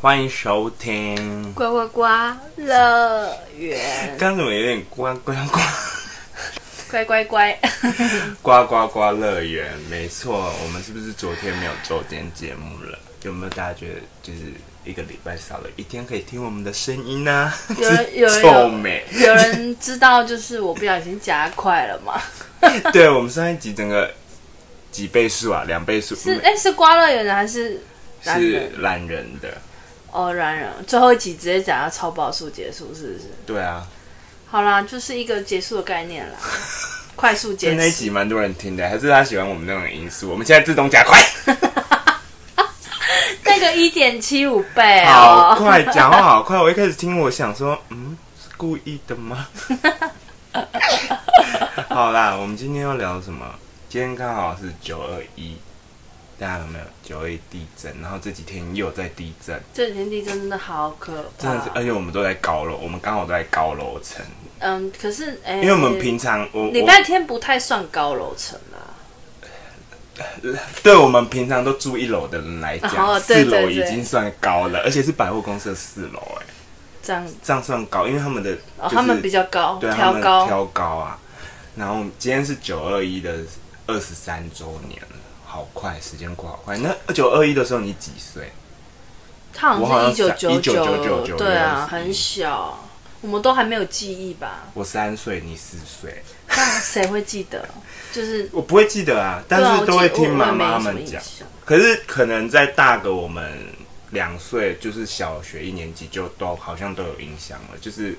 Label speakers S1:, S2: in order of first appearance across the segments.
S1: 欢迎收听。
S2: 呱呱呱乐园，
S1: 刚刚怎么有点呱呱呱
S2: 乖乖乖，
S1: 呱呱呱乐园？没错，我们是不是昨天没有周间节目了？有没有大家觉得就是一个礼拜少了一天可以听我们的声音呢、
S2: 有 人有人
S1: 臭美！
S2: 有有人知道就是我不小心夹快 了吗？
S1: 对我们上一集整个几倍数啊，两倍数嗯
S2: 是哎、是瓜乐园的还是男
S1: 是
S2: 人？
S1: 懒人的，
S2: 哦，然人最后一集直接讲到超爆速结束是不是？
S1: 对啊，
S2: 好啦，就是一个结束的 概念啦，快速
S1: 就
S2: 结
S1: 那一
S2: 束。
S1: 集蛮多人听的，还是他喜欢我们那种音速？我们现在自动加快，
S2: 那个一点七五倍
S1: 好
S2: 哦，
S1: 快，讲话好快。我一开始听，我想说，嗯，是故意的 吗？好啦，我们今天要聊什么？今天刚好是九二一，大家有没有九二一地震？然后这几天又在地震，
S2: 这几天地震真的好可怕。
S1: 真的是，而哎且我们都在高楼，我们刚好都在高楼层，
S2: 嗯，可是哎、
S1: 因为我们平常我
S2: 礼
S1: 我
S2: 拜天不太算高楼层啊啦。
S1: 对我们平常都住一楼的人来讲，
S2: 哦
S1: 四
S2: 对对
S1: 楼已
S2: 对
S1: 经算高了，而且是百货公司的四楼，哎，
S2: 这样，
S1: 这样算高，因为他们的
S2: 哦，
S1: 就是
S2: 他们比较高，
S1: 对啊他
S2: 调
S1: 们
S2: 高，
S1: 挑高啊。然后我们今天是九二一的二十三周年了，好快，时间过好快。那九二一的时候你几岁？
S2: 他
S1: 我好
S2: 好
S1: 像
S2: 像是一
S1: 是
S2: 九
S1: 1999
S2: 九对啊，
S1: 没有
S2: 很小，我们都还没有记忆 吧？
S1: 我三岁，你四岁，
S2: 那谁会记得？就是，
S1: 我不会记得啊，
S2: 对啊
S1: 但是都会听妈妈他
S2: 我
S1: 们
S2: 记我我也没什么
S1: 讲
S2: 印。象
S1: 可是可能在大个我们两岁，就是小学一年级就都好像都有印象了。就是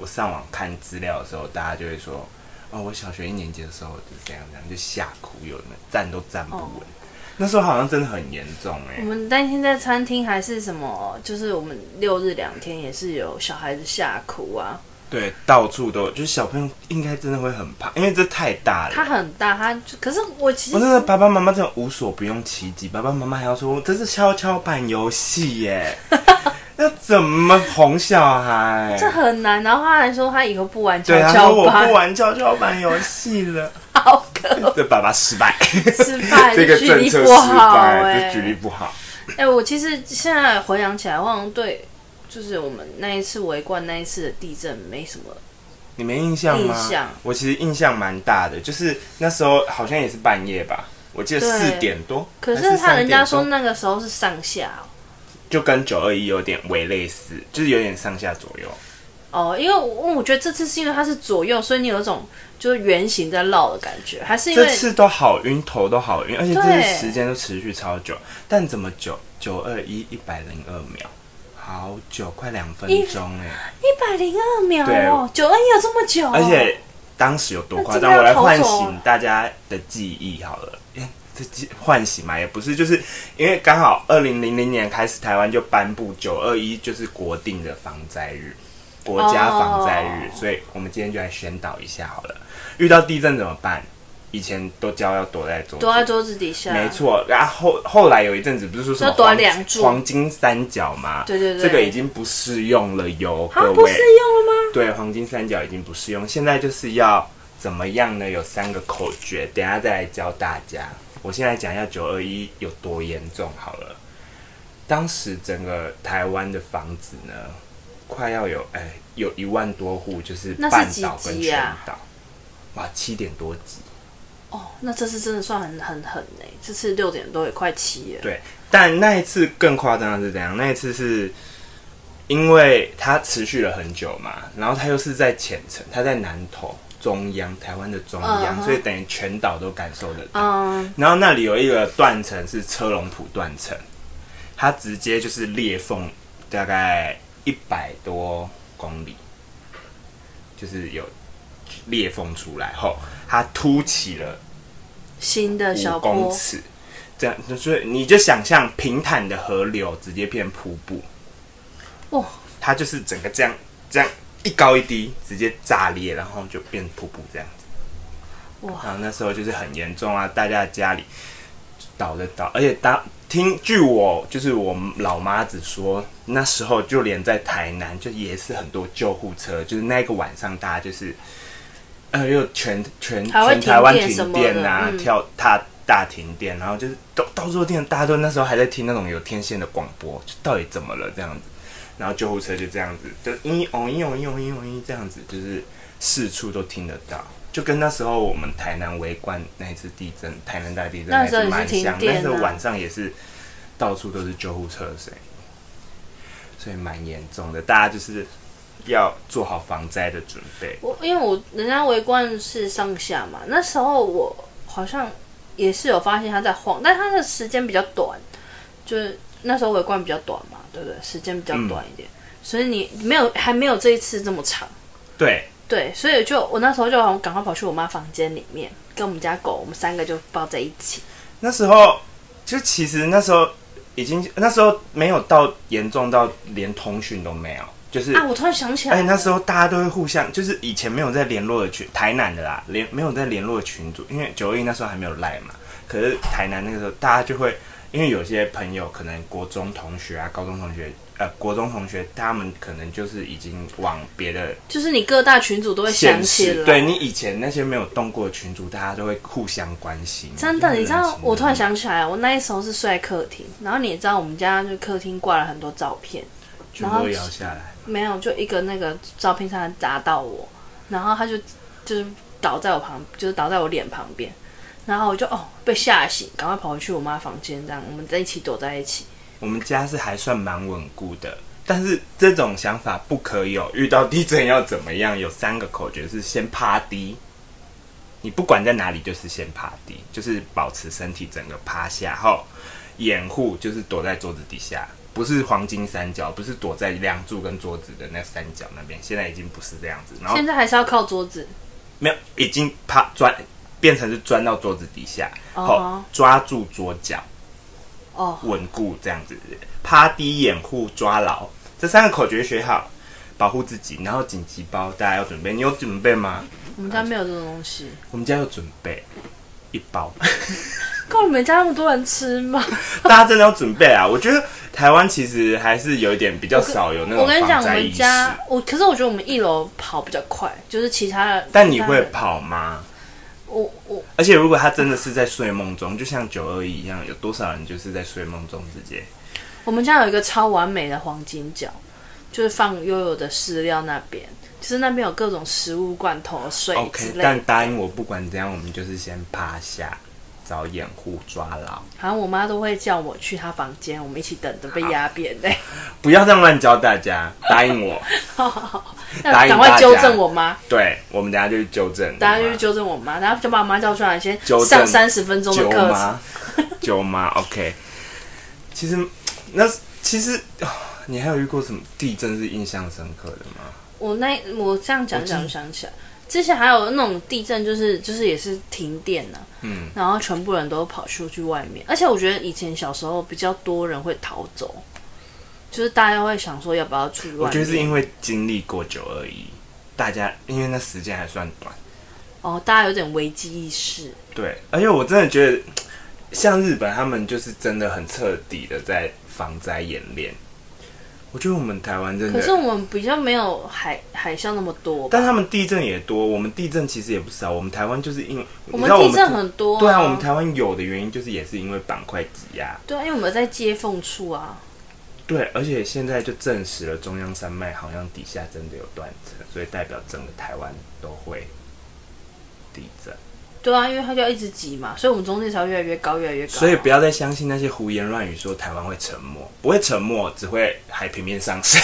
S1: 我上网看资料的时候，大家就会说，哦，我小学一年级的时候就这样这样，就吓哭，有人站都站不稳。
S2: 哦
S1: 那时候好像真的很严重哎、
S2: 我们担心在餐厅还是什么，就是我们六日两天也是有小孩子吓哭啊。
S1: 对，到处都有，就是小朋友应该真的会很怕，因为这太大
S2: 他
S1: 了。
S2: 很大，他就可是我其
S1: 我
S2: 实
S1: 真的爸爸妈妈真的无所不用其极，爸爸妈妈还要说这是跷跷板游戏 耶，那怎么哄小孩？
S2: 这很难，然后他还说他以后不玩跷
S1: 对，啊他说
S2: 跷
S1: 我不
S2: 板，
S1: 玩跷跷板游戏了。
S2: 好可
S1: 这爸爸失 败，
S2: 失 败，
S1: 这个
S2: 举
S1: 政
S2: 例
S1: 策
S2: 不
S1: 失
S2: 好
S1: 败，
S2: 哎、
S1: 这举例不好。
S2: 哎、我其实现在回想起来，我好像对就是我们那一次围观那一次的地震没什么。
S1: 你没印象吗？
S2: 印象
S1: 我其实印象蛮大的，就是那时候好像也是半夜吧，我记得
S2: 对
S1: 四点多。
S2: 可
S1: 还
S2: 是他
S1: 3
S2: 人
S1: 点
S2: 家
S1: 多
S2: 说那个时候是上下
S1: 就跟九二一有点微类似，就是有点上下左右。
S2: 哦，哦因为我我觉得这次是因为它是左右，所以你有一种就是圆形在绕的感觉，还是因
S1: 这
S2: 为
S1: 次都好晕，头都好晕，而且这
S2: 对
S1: 次时间都持续超久。但怎么久？九二一一百零二秒，好久，快两分钟哎、
S2: 一百零二秒
S1: 对
S2: 哦，九二有这么久、哦
S1: 而且当时有多夸张？
S2: 那
S1: 我
S2: 真的
S1: 来
S2: 要逃
S1: 唤
S2: 走
S1: 醒大家的记忆好了。诶这记唤醒嘛，也不是，就是因为刚好二零零零年开始，台湾就颁布九二一就是国定的防灾日，国家防灾日
S2: 哦
S1: 所以我们今天就来宣导一下好了。遇到地震怎么办？以前都教要躲在桌子
S2: 躲在桌子底下，
S1: 没，错，然后后来有一阵子不是说什么
S2: 要躲
S1: 黄
S2: 梁柱
S1: 黄金三角吗？
S2: 对对对
S1: 这个已经不适用了哟，
S2: 啊
S1: 各位。
S2: 不适用了吗？
S1: 对，黄金三角已经不适用，现在就是要怎么样呢？有三个口诀，等一下再来教大家。我现在讲一下九二一有多严重好了。当时整个台湾的房子呢，快要有哎、有一万多户，就是
S2: 那是
S1: 半
S2: 几
S1: 岛跟
S2: 级
S1: 全
S2: 啊
S1: 岛，哇，七点多级。
S2: 哦，那这次真的算很很狠呢、这次六点多也快七了，
S1: 对，但那一次更夸张的是怎样？那一次是因为它持续了很久嘛，然后它又是在浅层，它在南投中央，台湾的中央
S2: 嗯哼
S1: 所以等于全岛都感受得到。
S2: 嗯，
S1: 然后那里有一个断层是车龙埔断层，它直接就是裂缝大概一百多公里，就是有裂缝出来后，它凸起了。
S2: 新的
S1: 五
S2: 呃小
S1: 公
S2: 坡，
S1: 尺，这样就是你就想象平坦的河流直接变瀑布，
S2: 哇，
S1: 它就是整个这样这样一高一低直接炸裂，然后就变瀑布这样子。
S2: 哇
S1: 然后那时候就是很严重啊，大家的家里倒的倒，而且当听据我就是我老妈子说，那时候就连在台南就也是很多救护车，就是那个晚上大家就是。呃，又全全
S2: 还会
S1: 全台湾
S2: 停电什
S1: 停
S2: 么的
S1: 电啊，
S2: 嗯
S1: 跳大大停电，然后就是都到最后听，大家都那时候还在听那种有天线的广播，就到底怎么了这样子，然后救护车就这样子，就咦哦咦哦咦哦咦哦咦这样子，就是四处都听得到。就跟那时候我们台南围观那一次地震，台南大地震
S2: 那时
S1: 次
S2: 候也是
S1: 蛮
S2: 停
S1: 像，
S2: 电
S1: 那时候
S2: 啊
S1: 晚上也是到处都是救护车的声音，所以蛮严重的。大家就是要做好防灾的准备。
S2: 我因为我人家围观是上下嘛，那时候我好像也是有发现它在晃，但它的时间比较短，就是那时候围观比较短嘛，对不对？时间比较短一点，所以你没有还没有这一次这么长。
S1: 对，
S2: 对，所以就我那时候就好像赶快跑去我妈房间里面，跟我们家狗，我们三个就抱在一起。
S1: 那时候就其实那时候已经那时候没有到严重到连通讯都没有，就是、
S2: 啊，我突然想起来
S1: 而且
S2: 了，
S1: 哎那时候大家都会互相，就是以前没有在联络的群，台南的啦，联没有在联络的群组，因为九二一那时候还没有赖嘛。可是台南那个时候，大家就会因为有些朋友可能国中同学啊、高中同学，呃，国中同学他们可能就是已经往别的
S2: 就是你各大群组都会想
S1: 现
S2: 起
S1: 实，
S2: 来。
S1: 对你以前那些没有动过的群组，大家都会互相关心。
S2: 真的，你知道，我突然
S1: 想。
S2: 想起来，我那时候是睡在客厅，然后你也知道我们家就客厅挂了很多照片，
S1: 全部都摇下来，
S2: 没有就一个那个照片上砸到我，然后他就就是倒在我旁，就是倒在我脸旁边，然后我就哦被吓醒，赶快跑回去我妈房间，这样我们在一起躲在一起。
S1: 我们家是还算蛮稳固的。但是这种想法不可有，遇到地震要怎么样？有三个口诀是先趴低，你不管在哪里就是先趴低，就是保持身体整个趴下后，掩护就是躲在桌子底下，不是黄金三角，不是躲在梁柱跟桌子的那三角那边，现在已经不是这样子。然后
S2: 现在还是要靠桌子，
S1: 没有，已经趴钻，变成是钻到桌子底下，
S2: 哦
S1: 后抓住桌角，
S2: 哦，
S1: 稳固这样子，趴低掩护抓牢，这三个口诀学好，保护自己，然后紧急包大家要准备，你有准备吗？
S2: 我们家没有这种东西。
S1: 我们家有准备一包，
S2: 够你们家那么多人吃吗？
S1: 大家真的要准备啊！我觉得台湾其实还是有一点比较少有那种
S2: 我跟你讲，
S1: 防
S2: 我
S1: 灾意
S2: 们
S1: 识。
S2: 家我，可是我觉得我们一楼跑比较快，就是其他的。
S1: 但你会
S2: 其他人
S1: 跑吗？
S2: 我我
S1: 而且如果他真的是在睡梦中，就像九二一一样，有多少人就是在睡梦中直接？
S2: 我们家有一个超完美的黄金角，就是放悠悠的饲料那边，就是那边有各种食物罐头、水
S1: OK，
S2: 之类的。
S1: 但答应我，不管怎样，我们就是先趴下，找掩护抓牢。
S2: 好像我妈都会叫我去她房间，我们一起等着被压 扁嘞、
S1: 不要这样乱教大家，答应我。
S2: 那
S1: 答应
S2: 赶
S1: 大
S2: 快
S1: 家
S2: 纠正我妈，
S1: 对，我们等下就去纠正。
S2: 大家就去纠正我妈，然后就把我妈叫出来，先
S1: 纠正
S2: 上三十分钟的
S1: 舅
S2: 课程。
S1: 妈，舅妈，OK。其实那其实啊你还有遇过什么地震是印象深刻的吗？
S2: 我那我这样讲
S1: 我记
S2: 讲就想起来，之前还有那种地震，就是就是也是停电呐、
S1: 嗯，
S2: 然后全部人都跑出去外面，而且我觉得以前小时候比较多人会逃走，就是大家会想说要不要出去外面，
S1: 我觉得是因为经历过九二一，大家因为那时间还算短，
S2: 哦，大家有点危机意识，
S1: 对，而且我真的觉得，像日本他们就是真的很彻底的在防灾演练。我觉得我们台湾真的，
S2: 可是我们比较没有海海啸那么多吧，
S1: 但他们地震也多，我们地震其实也不少。我们台湾就是因，
S2: 我
S1: 你
S2: 们
S1: 知道
S2: 地震很多、
S1: 对啊，我们台湾有的原因就是也是因为板块挤压。
S2: 对啊，因为我们在接缝处啊，
S1: 对，而且现在就证实了中央山脉好像底下真的有断层，所以代表整个台湾都会地震。
S2: 对啊，因为它就要一直挤嘛，所以我们中间才会越来越高，越来越高啊、
S1: 所以不要再相信那些胡言乱语说台湾会沉没，不会沉没，只会海平面上升，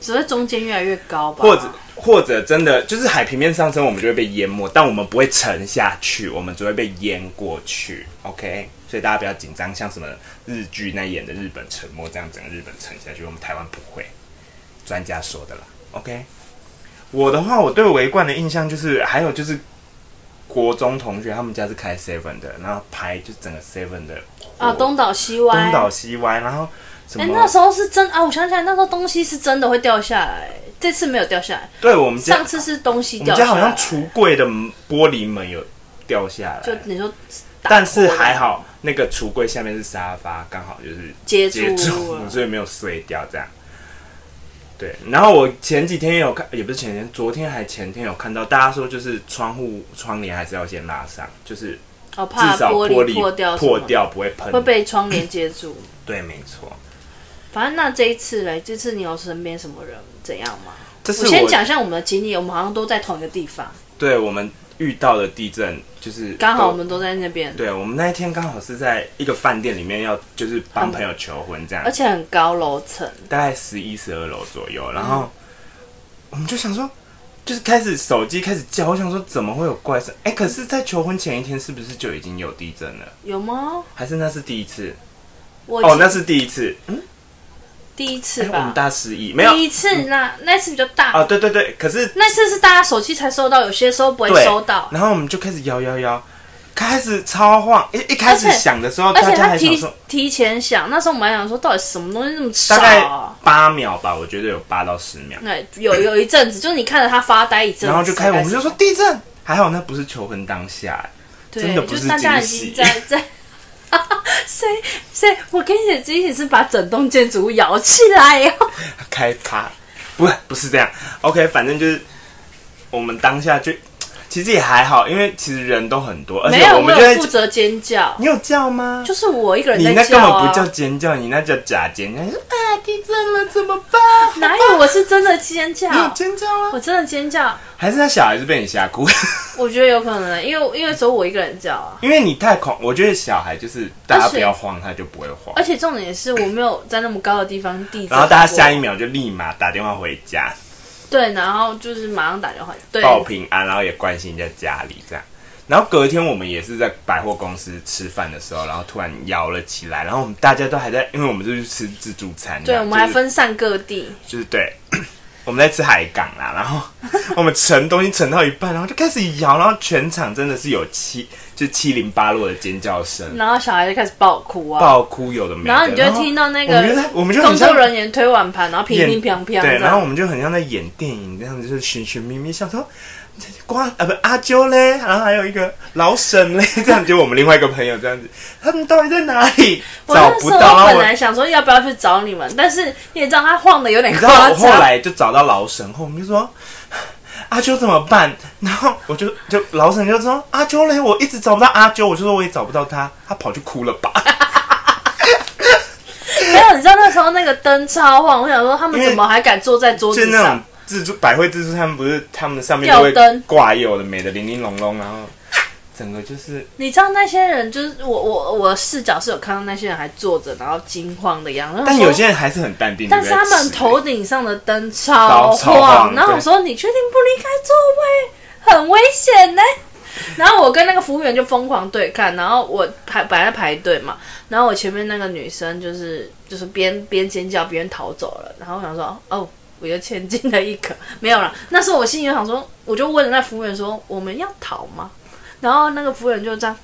S2: 只会中间越来越高吧，
S1: 或者或者真的就是海平面上升，我们就会被淹没，但我们不会沉下去，我们只会被淹过去。OK，所以大家不要紧张，像什么日剧那演的日本沉没这样，整个日本沉下去，我们台湾不会。专家说的啦。OK，我的话，我对围观的印象就是，还有就是国中同学他们家是开 Seven 的，然后拍就整个 Seven 的
S2: 啊，
S1: 活
S2: 东岛西歪，
S1: 东倒西歪，然后什
S2: 哎、
S1: 么？
S2: 那时候是真啊！我想起来，那时候东西是真的会掉下来，这次没有掉下来。
S1: 对我们家
S2: 上次是东西
S1: 我们
S2: 掉
S1: 家
S2: 下来，
S1: 好像橱柜的玻璃门有掉下
S2: 就
S1: 来，
S2: 你说打破的，
S1: 但是还好那个橱柜下面是沙发，刚好就是
S2: 接
S1: 接
S2: 住
S1: 住，
S2: 了。
S1: 所以没有碎掉这样。对，然后我前几天有看，也不是前天，昨天还前天有看到大家说，就是窗户窗帘还是要先拉上，就是
S2: 哦，怕
S1: 至少
S2: 玻
S1: 璃
S2: 破掉什么
S1: 破掉不会喷。
S2: 会被窗帘接 住。
S1: 对，没错。
S2: 反正那这一次嘞，这次你有身边什么人怎样吗？
S1: 这是
S2: 我先讲一下我们的经历，我们好像都在同一个地方，
S1: 对我们遇到的地震，就是
S2: 刚好
S1: 都
S2: 我们都在那边，
S1: 对我们那一天刚好是在一个饭店里面要就是帮朋友求婚这样
S2: 而，且很高楼层，
S1: 大概十一十二楼左右，然后我们就想说。就是开始手机开始叫，我想说怎么会有怪声？哎、可是，在求婚前一天是不是就已经有地震了？
S2: 有吗？
S1: 还是那是第一次？
S2: 我已
S1: 哦，
S2: 经
S1: 那是第一次。嗯，
S2: 第一次
S1: 哎我
S2: 吧
S1: 们，大失忆，没有
S2: 第一次那那次比较大，
S1: 啊？对对对，可是
S2: 那次是大家手机才收到，有些时候不会
S1: 对
S2: 收到，
S1: 然后我们就开始摇摇摇，开始超晃。一一开始
S2: 而且
S1: 响的时候，
S2: 而
S1: 大
S2: 且
S1: 家
S2: 他
S1: 还想
S2: 提
S1: 说
S2: 提前想，那时候我们还想说到底什么东西那么少
S1: 大概
S2: 啊？
S1: 八秒吧，我觉得有八到十秒。
S2: 对，有有一阵子，就是你看着他发呆一阵子，
S1: 然后就开始，我们就
S2: 大概
S1: 说地震，还好那不是求婚当下、哎
S2: 对，
S1: 真的不
S2: 就是大家已
S1: 惊喜
S2: 经在在。 谁谁？我跟你讲，惊喜是把整栋建筑物摇起来哦哟、
S1: 开趴，不是不是这样。OK，反正就是我们当下就其实也还好，因为其实人都很多，而
S2: 没
S1: 且
S2: 有，
S1: 我们就在
S2: 有负责尖叫，
S1: 你有叫吗？
S2: 就是我一个人
S1: 你
S2: 在
S1: 那
S2: 叫、
S1: 根
S2: 啊、
S1: 本不叫尖叫，你那叫假尖叫。你说啊，地震了怎么办？
S2: 哪有？我是真的尖叫
S1: 你，有尖叫吗？
S2: 我真的尖叫。
S1: 还是那小孩子被你吓哭？
S2: 我觉得有可能，因为因为只有我一个人叫啊，
S1: 因为你太恐，我觉得小孩就是大
S2: 而
S1: 家
S2: 且
S1: 不要慌，他就不会慌
S2: 而。且重点是我没有在那么高的地方地震过。
S1: 然后大家下一秒就立马打电话回家
S2: 对，然后就是马上打电话，对，
S1: 报平安，然后也关心一下家里这样。然后隔天我们也是在百货公司吃饭的时候，然后突然摇了起来，然后我们大家都还在，因为我们是去吃自助餐这
S2: 对，
S1: 样，
S2: 我们还
S1: 啊就是
S2: 分散各地，
S1: 就是对， 我们在吃海港啦，然 后我们盛东西盛到一半，然后就开始摇，然后全场真的是有七就七零八落的尖叫声，
S2: 然后小孩就开始爆哭啊，
S1: 爆哭有的没的，
S2: 然后你就会听到那
S1: 我们就
S2: 个
S1: 在我们就很
S2: 工
S1: 像
S2: 作人员推碗盘，然后乒
S1: 演
S2: 乒乓乓
S1: 对，
S2: 这
S1: 然后我
S2: 样。
S1: 们就很像在演电影这样子，就是寻寻觅觅，想说瓜啊不阿啾嘞，然后还有一个老沈嘞， 这样就我们另外一个朋友这样子，他们到底在哪里
S2: 我
S1: 找
S2: 那时
S1: 不
S2: 候
S1: 到？然后
S2: 本
S1: 我
S2: 来想说要不要去找你们，但是你也知道他晃的有点
S1: 你知道
S2: 夸
S1: 我后
S2: 张，
S1: 来就找到老沈后，我们就说。阿啾怎么办？然后我就就老沈就说阿啾嘞，我一直找不到阿啾，我就说我也找不到他，他跑去哭了吧？
S2: 没有，你知道那时候那个灯超晃，我想说他们怎么还敢坐在桌
S1: 就是
S2: 子
S1: 那种
S2: 上？
S1: 自助百惠自助，他们不是他们上面
S2: 吊
S1: 都会
S2: 灯
S1: 挂有的没的零零隆隆，然后整个就是
S2: 你知道那些人就是我我我的视角是有看到那些人还坐着，然后惊慌的样子。然后
S1: 但
S2: 说
S1: 有些人还是很淡定地在
S2: 但
S1: 吃。
S2: 是他们头顶上的灯超
S1: 超超晃
S2: 然后我说你确定不离开座位，很危险呢、 然后我跟那个服务员就疯狂对看，然后我排本来在排队嘛，然后我前面那个女生就是就是边边尖叫边逃走了，然后我想说哦，我又前进了一个，没有了。那时候我心里想说，我就问那服务员说我们要逃吗？然后那个服务员就这样，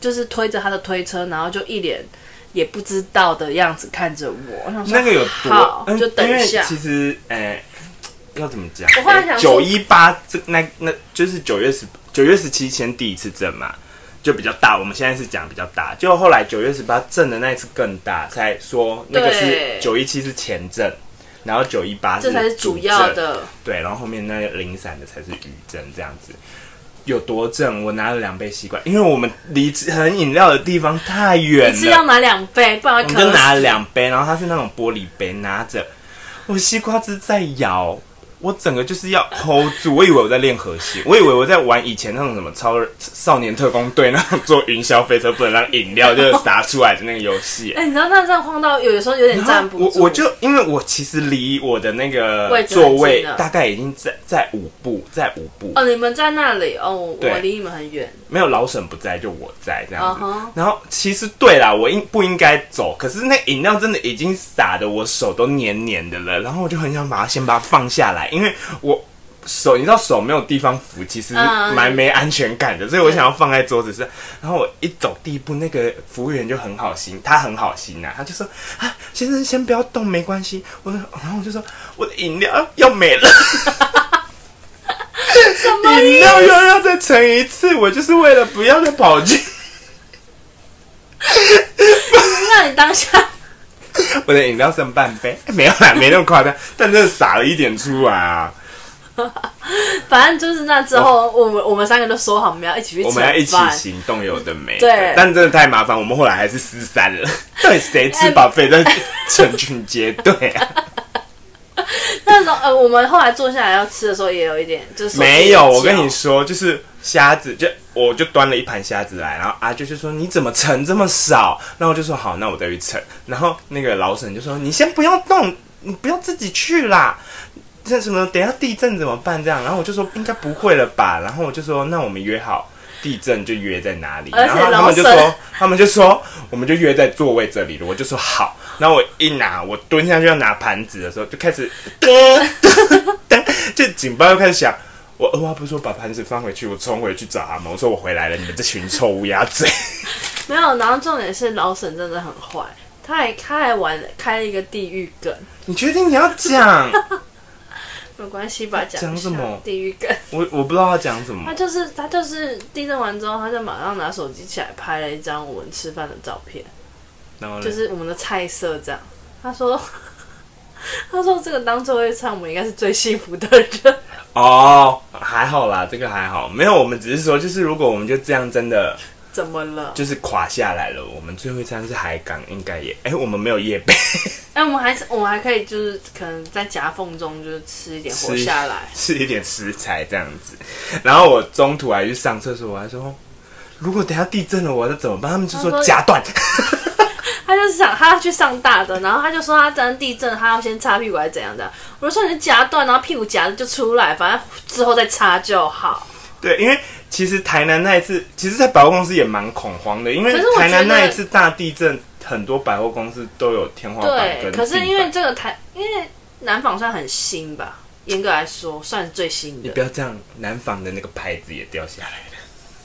S2: 就是推着他的推车，然后就一脸也不知道的样子看着我，我想说
S1: 那个有多
S2: 好，
S1: 嗯
S2: 就等一
S1: 因
S2: 下
S1: 为其实，诶，要怎么讲？哎
S2: 我后来想
S1: 九
S2: 说
S1: 一八这那那就是九月十九月十七先第一次震嘛，就比较大。我们现在是讲比较大，就后来九月十八震的那一次更大，才说那个是
S2: 对
S1: 九一七是前震，然后九一八
S2: 这才是主要
S1: 震
S2: 的。
S1: 对，然后后面那个零散的才是余震这样子。有多震？我拿了两杯吸管，因为我们离很饮料的地方太远
S2: 一
S1: 了，
S2: 次要拿两杯，不然
S1: 啊我们
S2: 会渴
S1: 就
S2: 死。
S1: 拿了两杯，然后它是那种玻璃杯，拿着我西瓜汁在摇，我整个就是要 hold 住，我以为我在练核心，我以为我在玩以前那种什么超少年特工队那种坐云霄飞车不能让饮料就是洒出来的那个游戏。
S2: 哎、你知道那这样晃到有的时候有点站不
S1: 我
S2: 住。
S1: 我就因为我其实离我的那个
S2: 位置很
S1: 座位
S2: 近了啊
S1: 大概已经在在五步，在五步，
S2: 哦，你们在那里哦，我
S1: 对
S2: 我离你们很远。
S1: 没有老沈不在，就我在这样子。
S2: 嗯哼
S1: 然后其实对啦，我应不应该走？可是那饮料真的已经洒的我手都黏黏的了，然后我就很想把它先把它放下来，因为我手你知道手没有地方扶，其实
S2: 嗯
S1: 蛮没安全感的，所以我想要放在桌子上。然后我一走第一步，那个服务员就很好心，他很好心呐、他就说啊，先生先不要动，没关系。我说，然后我就说我的饮料要没了。 饮料又要再盛一次，我就是为了不要再跑进。
S2: 那你当下，
S1: 我的哎饮料剩半杯，没有啦，没那么夸张，但真的洒了一点出来啊。
S2: 反正就是那之后，我们我们三个就说好，我们要一起去
S1: 我
S2: 吃
S1: 们要一起
S2: 饭。
S1: 行动，有的没的。
S2: 对
S1: 但真的太麻烦，我们后来还是失散 了。到底谁吃饱费在成群结队 啊？
S2: 那时候呃，我们后来坐下来要吃的时候，也有一点就是手机
S1: 没有， 我跟你
S2: 叫
S1: 说，就是虾子，就我就端了一盘虾子来，然后阿舅就说你怎么盛这么少？然后我就说好，那我再去盛。然后那个老沈就说你先不要动，你不要自己去啦。这什么？等一下地震怎么办？这样，然后我就说应该不会了吧。然后我就说那我们约好地震就约在哪里？
S2: 而
S1: 然
S2: 且
S1: 后他们就
S2: 老沈
S1: 说他们就说我们就约在座位这里了。我就说好。然后我一拿，我蹲下去要拿盘子的时候，就开 始就警报又开始响。我二话不说把盘子放回去，我冲回去找他们。我说我回来了，你们这群臭乌鸦 嘴！
S2: 没有，然后重点是老沈真的很坏，他还他还玩开了一个地狱梗，
S1: 你确定你要讲？
S2: 没关系吧？讲
S1: 讲
S2: 一下
S1: 什么
S2: 地狱梗？
S1: 我我不知道他讲什么
S2: 他。就是他就是地震完之后，他就马上拿手机起来拍了一张我们吃饭的照片，
S1: 然后呢
S2: 就是我们的菜色这样。他说。 他说：“这个当座位唱，我们应该是最幸福的人。
S1: 哦，还好啦，这个还好，没有。我们只是说，就是如果我们就这样真的
S2: 怎么了？
S1: 就是垮下来了，我们最后一餐是海港，应该也 哎、我们没有夜杯，
S2: 哎、我们还是我们还可以，就是可能在夹缝中，就是吃一点活
S1: 吃
S2: 下来。
S1: 吃一点食材这样子。然后我中途还去上厕所，我还说如果等一下地震了，我要怎么办？他们就
S2: 他说
S1: 说夹断。
S2: 他就是想他要去上大的，然后他就说他当地震，他要先擦屁股还是怎样的。我就说你就夹断，然后屁股夹着就出来，反正之后再擦就好。
S1: 对，因为其实台南那一次，其实，在百货公司也蛮恐慌的，因为
S2: 可是我觉得
S1: 台南那一次大地震，很多百货公司都有天花哦板
S2: 对，
S1: 跟
S2: 可是因为
S1: 地板
S2: 这个台，因为南纺算很新吧，严格来说算是最新
S1: 你
S2: 的
S1: 不。要这样，南纺的那个牌子也掉下来了。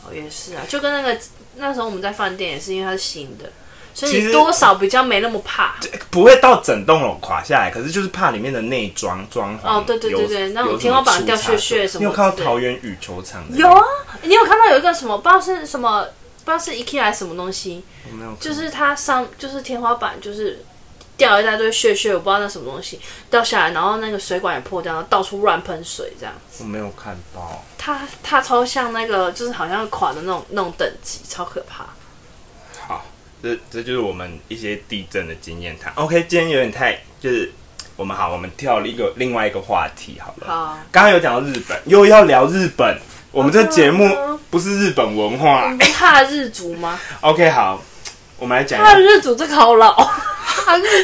S2: 哦，也是啊，就跟那个那时候我们在饭店也是，因为它是新的，所以
S1: 其
S2: 你
S1: 实
S2: 多少比较没那么怕。
S1: 不会到整栋楼垮下来，可是就是怕里面的内装装潢
S2: 哦对对对对
S1: 有
S2: 那种
S1: 有
S2: 天花板掉
S1: 什么
S2: 屑屑
S1: 出
S2: 什么
S1: 你有看到
S2: 之类的
S1: 桃园羽球场的那个？
S2: 有啊，你有看到有一个什么，不知道是什么，不知道是 IKEA 还是什么东西，
S1: 我没有看到，
S2: 就是它上就是天花板就是掉一大堆屑屑，我不知道那什么东西掉下来，然后那个水管也破掉，然后到处乱喷水这样。
S1: 我没有看到。
S2: 它它超像那个就是好像垮的那种那种等级，超可怕。
S1: 好，这这就是我们一些地震的经验谈。OK，今天有点太就是我们好，我们跳了一个另外一个话题好了。
S2: 好，
S1: 刚刚有讲到日本，又要聊日本。我们这节目不是日本文化
S2: 你。不怕日族吗？
S1: OK，好，我们来讲一
S2: 怕
S1: 下
S2: 日族这个好老，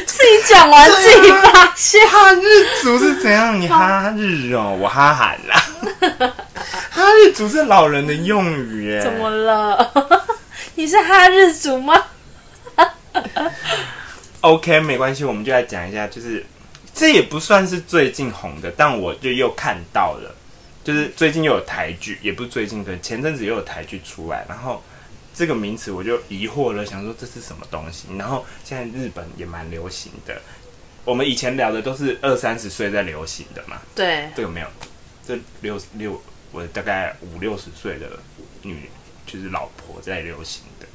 S2: 自己讲完自己发现。
S1: 哈日族是怎样？你哈日哦，我哈韩啦。 哈日族是老人的用语耶。
S2: 怎么了？ 你是哈日族吗？
S1: OK，没关系，我们就来讲一下，就是这也不算是最近红的，但我就又看到了，就是最近又有台剧，也不是最近，可能前阵子又有台剧出来，然后这个名词我就疑惑了，想说这是什么东西，然后现在日本也蛮流行的，我们以前聊的都是二三十岁在流行的嘛，
S2: 对，
S1: 这个没有，这六六我大概五六十岁的女就是老婆在流行的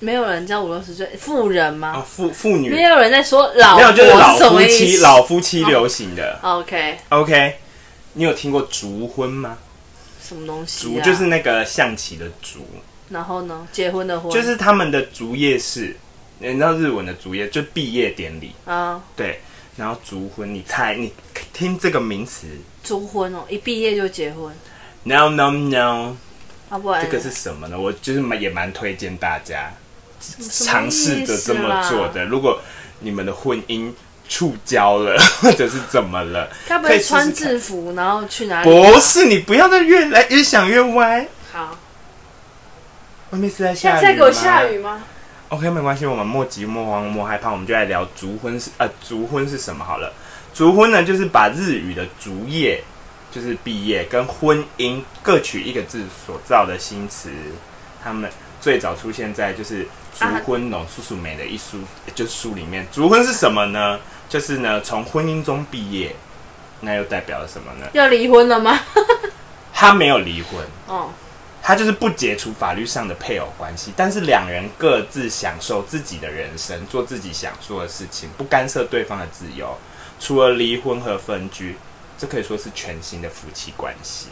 S2: 没有人叫五六十岁妇人吗？
S1: 啊，妇妇女
S2: 没有人在说老
S1: 没有，就是老
S2: 婆什
S1: 夫
S2: 么意
S1: 妻，
S2: 思哦
S1: 老夫妻流行的。
S2: OK，
S1: OK，你有听过竹婚吗？
S2: 什么东西、
S1: 竹
S2: 啊？
S1: 就是那个象棋的竹，
S2: 然后呢？结婚的婚
S1: 就是他们的竹叶是，你知道日文的竹叶就毕业典礼，
S2: 啊，
S1: 对。然后竹婚，你猜，你听这个名词
S2: 租婚哦，一毕业就结婚，
S1: ，no no no，
S2: 啊不然
S1: 这
S2: 呢
S1: 个是什么呢？我就是蛮也蛮推荐大家
S2: 什么
S1: 尝试着这么做
S2: 意思啦。
S1: 的。如果你们的婚姻触礁了， 或者是怎么了，
S2: 该不
S1: 可以
S2: 会
S1: 试试
S2: 穿
S1: 看
S2: 制服然后去哪里？
S1: 不是你不要再越来越想越歪。
S2: 好，
S1: 外面是在
S2: 现
S1: 下雨吗？
S2: 在在给我下雨吗？
S1: OK，没关系，我们莫急莫慌莫害怕，我们就来聊竹婚是呃竹婚是什么好了。竹婚呢，就是把日语的竹叶，就是毕业跟婚姻各取一个字所造的新词。他们最早出现在就是《竹婚农叔叔美》的一书，就是书里面。竹婚是什么呢？就是呢，从婚姻中毕业，那又代表了什么呢？
S2: 要离婚了吗？
S1: 他没有离婚，
S2: 哦，
S1: 他就是不解除法律上的配偶关系，但是两人各自享受自己的人生，做自己想做的事情，不干涉对方的自由。除了离婚和分居，这可以说是全新的夫妻关系。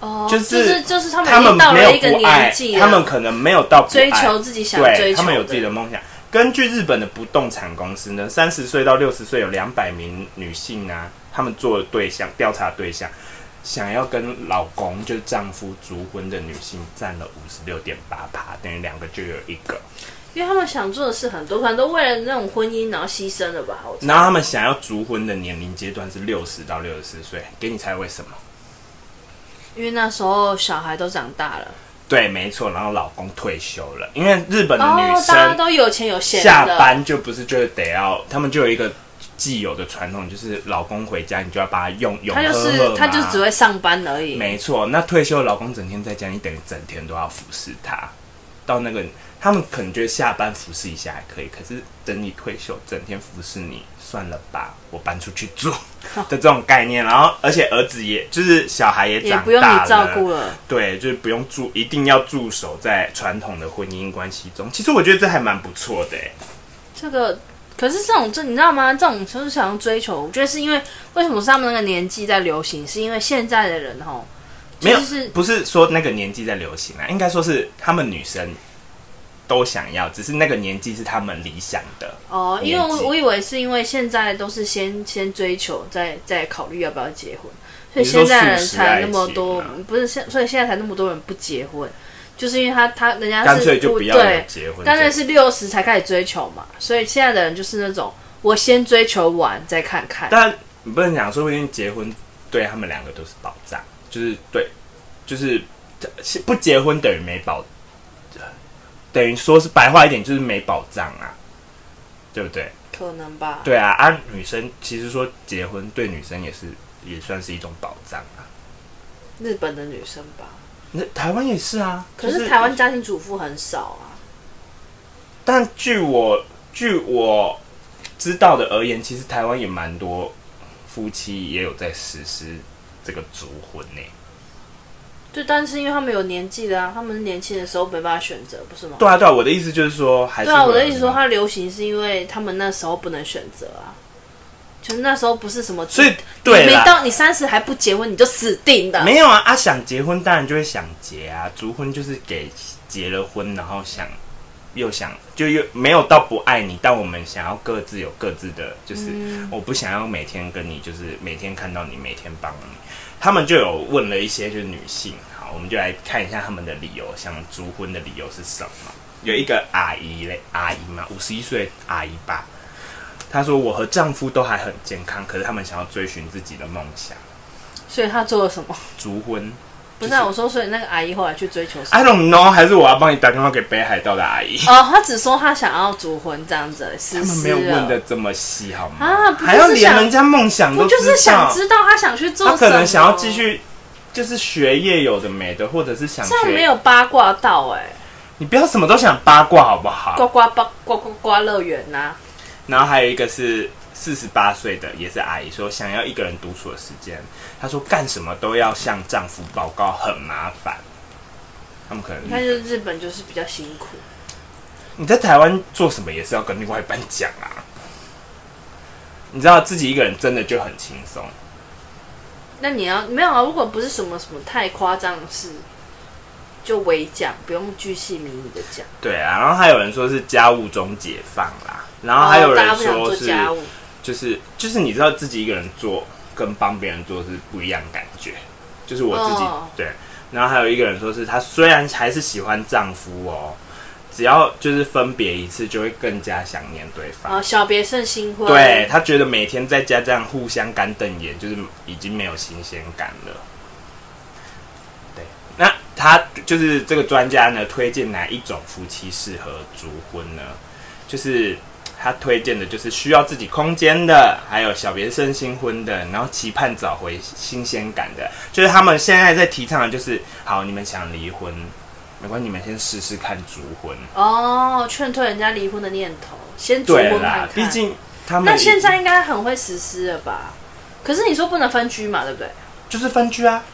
S2: 哦，
S1: 就
S2: 就是是就是他
S1: 他
S2: 们已
S1: 们
S2: 经到
S1: 没
S2: 了一个
S1: 有不爱
S2: 年纪，了，
S1: 他们可能没有到不
S2: 追
S1: 爱
S2: 求自己想追
S1: 对，
S2: 求，
S1: 他们有自己的。梦想。根据日本的不动产公司呢，三十岁到六十岁有两百名女性啊，他们做的对象调查对象，想要跟老公就是丈夫足婚的女性占了五十六点八趴，等于两个就有一个。
S2: 因为他们想做的事很多，可能都为了那种婚姻然后牺牲了吧？我猜
S1: 然后他们想要足婚的年龄阶段是六十到六十四岁，给你猜为什么？
S2: 因为那时候小孩都长大了，
S1: 对，没错。然后老公退休了，因为日本的女
S2: 哦，大
S1: 生
S2: 家都有钱有闲
S1: 下
S2: 的，
S1: 班就不是就得要，他们就有一个既有的传统，就是老公回家你就要把他用用
S2: 他就
S1: 呵
S2: 是
S1: 呵
S2: 他
S1: 嘛
S2: 就只会上班而已。
S1: 没错。那退休的老公整天在家，你等于整天都要服侍他。到那个他们可能觉得下班服侍一下还可以，可是等你退休，整天服侍你，算了吧，我搬出去 住的这种概念。然后，而且儿子也就是小孩也
S2: 也
S1: 长
S2: 不用
S1: 大
S2: 你照
S1: 了
S2: 顾了，
S1: 对，就是不用驻，一定要驻守在传统的婚姻关系中。其实我觉得这还蛮不错的、欸，
S2: 这个可是这种这你知道吗？这种就是想要追求，我觉得是因为为什么是他们那个年纪在流行，是因为现在的人吼，
S1: 没有，
S2: 就是
S1: 不是说那个年纪在流行啊，应该说是他们女生都想要，只是那个年纪是他们理想的。
S2: 哦，因为
S1: 年纪
S2: 我我以为是因为现在都是先先追求，再再考虑要不要结婚，所
S1: 你
S2: 以
S1: 说
S2: 现在人
S1: 素食
S2: 才
S1: 爱
S2: 那么
S1: 情
S2: 多
S1: 啊，
S2: 不是现，所以现在才那么多人不结婚，就是因为他他人家
S1: 干
S2: 是
S1: 脆就不要有
S2: 对，
S1: 结婚这，
S2: 当然是六十才开始追求嘛，所以现在的人就是那种我先追求完再看看，
S1: 但你不能讲，说不定结婚对他们两个都是保障，就是对，就是不结婚等于没保，等于说是白话一点就是没保障啊，对不对？
S2: 可能吧？
S1: 对啊，啊，女生其实说结婚对女生也是也算是一种保障啊。
S2: 日本的女生吧，
S1: 那台湾也是啊，
S2: 可
S1: 就是
S2: 台湾家庭主妇很少啊。
S1: 但据我据我知道的而言，其实台湾也蛮多夫妻也有在实施这个足婚呢、
S2: 对，但是因为他们有年纪的啊，他们年轻的时候没办法选择，不是吗？
S1: 对啊，对啊，我的意思就是说，还是
S2: 对
S1: 会
S2: 啊，我
S1: 有
S2: 的意思说，
S1: 人
S2: 它流行是因为他们那时候不能选择啊，就是那时候不是什么，
S1: 所以
S2: 你
S1: 对
S2: 没
S1: 啦，
S2: 到你三十还不结婚，你就死定 了。
S1: 没有啊啊，想结婚当然就会想结啊，足婚就是给结了婚，然后想又想就又没有到不爱你，但我们想要各自有各自的，就是、我不想要每天跟你，就是每天看到你，每天帮你。他们就有问了一些就是女性，好，我们就来看一下他们的理由，想足婚的理由是什么。有一个阿姨嘞，阿姨嘛，五十一岁阿姨吧，她说我和丈夫都还很健康，可是他们想要追寻自己的梦想，
S2: 所以他做了什么？
S1: 足婚。
S2: 不是、啊、我说，所以那个阿姨后来去追求什么？
S1: I don't know，还是我要帮你打电话给北海道的阿 姨？
S2: 哦，他只说他想要主婚这样子而已，
S1: 他
S2: 实
S1: 们
S2: 施
S1: 没有问
S2: 了
S1: 的这么细，好吗？
S2: 啊不就是
S1: 还要连人家梦想
S2: 不
S1: 都
S2: 就是
S1: 知道
S2: 想知道他想去做
S1: 他
S2: 什么？
S1: 可能想要继，续，就是学业有的没的，或者是想
S2: 这样没
S1: 学。
S2: 有八卦到哎、
S1: 你不要什么都想八卦好不好？
S2: 呱呱呱呱呱呱乐园啊呐、
S1: 然后还有一个是四十八岁的，也是阿姨说想要一个人独处的时间。她说干什么都要向丈夫报告，很麻烦。他们可
S2: 你看，
S1: 能
S2: 就是日本就是比较辛苦，
S1: 你在台湾做什么也是要跟另外一半讲啊。你知道自己一个人真的就很轻松。
S2: 那你要没有啊？如果不是什么什么太夸张的事，就微讲，不用巨细靡遗的讲。
S1: 对啊，然后还有人说是家务中解放啦，然啊后还有
S2: 哦大家
S1: 人
S2: 不想
S1: 说
S2: 做
S1: 是、啊
S2: 家务，
S1: 就是就是你知道自己一个人做跟帮别人做是不一样的感觉，就是我自己、
S2: 哦
S1: 对。然后还有一个人说是她虽然还是喜欢丈夫哦，只要就是分别一次就会更加想念对
S2: 然
S1: 方。
S2: 后哦小别胜新婚。
S1: 对，她觉得每天在家这样互相干瞪眼，就是已经没有新鲜感了。对，那他就是这个专家呢，推荐哪一种夫妻适合足婚呢？就是他推荐的，就是需要自己空间的，还有小别胜新婚的，然后期盼找回新鲜感的，就是他们现在在提倡的，就是好，你们想离婚，没关系，你们先试试看足婚。
S2: 哦，劝退人家离婚的念头，先主
S1: 对
S2: 婚
S1: 啦
S2: 看，看。
S1: 毕竟他们
S2: 那
S1: 已
S2: 现
S1: 经
S2: 在应该很会实施了吧？可是你说不能分居嘛，对不对？
S1: 就是分居啊，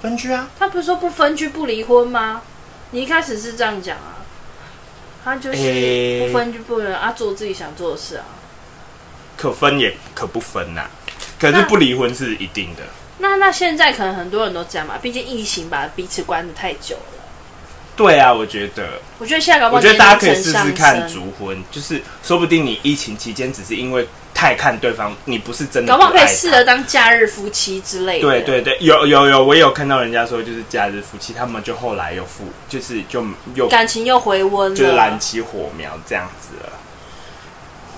S1: 分居啊。
S2: 他不是说不分居不离婚吗？你一开始是这样讲啊，他就是
S1: 诶
S2: 不分居不离婚啊，做自己想做的事啊。
S1: 可分也可不分呐、啊可是不离婚是一定的。
S2: 那那现在可能很多人都这样嘛，毕竟疫情把彼此关的太久了。
S1: 对啊，我觉得，
S2: 我觉得现在搞不好
S1: 我觉得大家可以
S2: 年龄
S1: 试
S2: 层
S1: 试
S2: 上
S1: 看
S2: 升
S1: 烛婚，就是说不定你疫情期间只是因为太看对方，你不是真的
S2: 搞不好可以
S1: 爱他
S2: 试着当假日夫妻之类的。
S1: 对对对，有有有，我也有看到人家说，就是假日夫妻，他们就后来又复，就是就又
S2: 感情又回温了，
S1: 就是燃起火苗这样子了。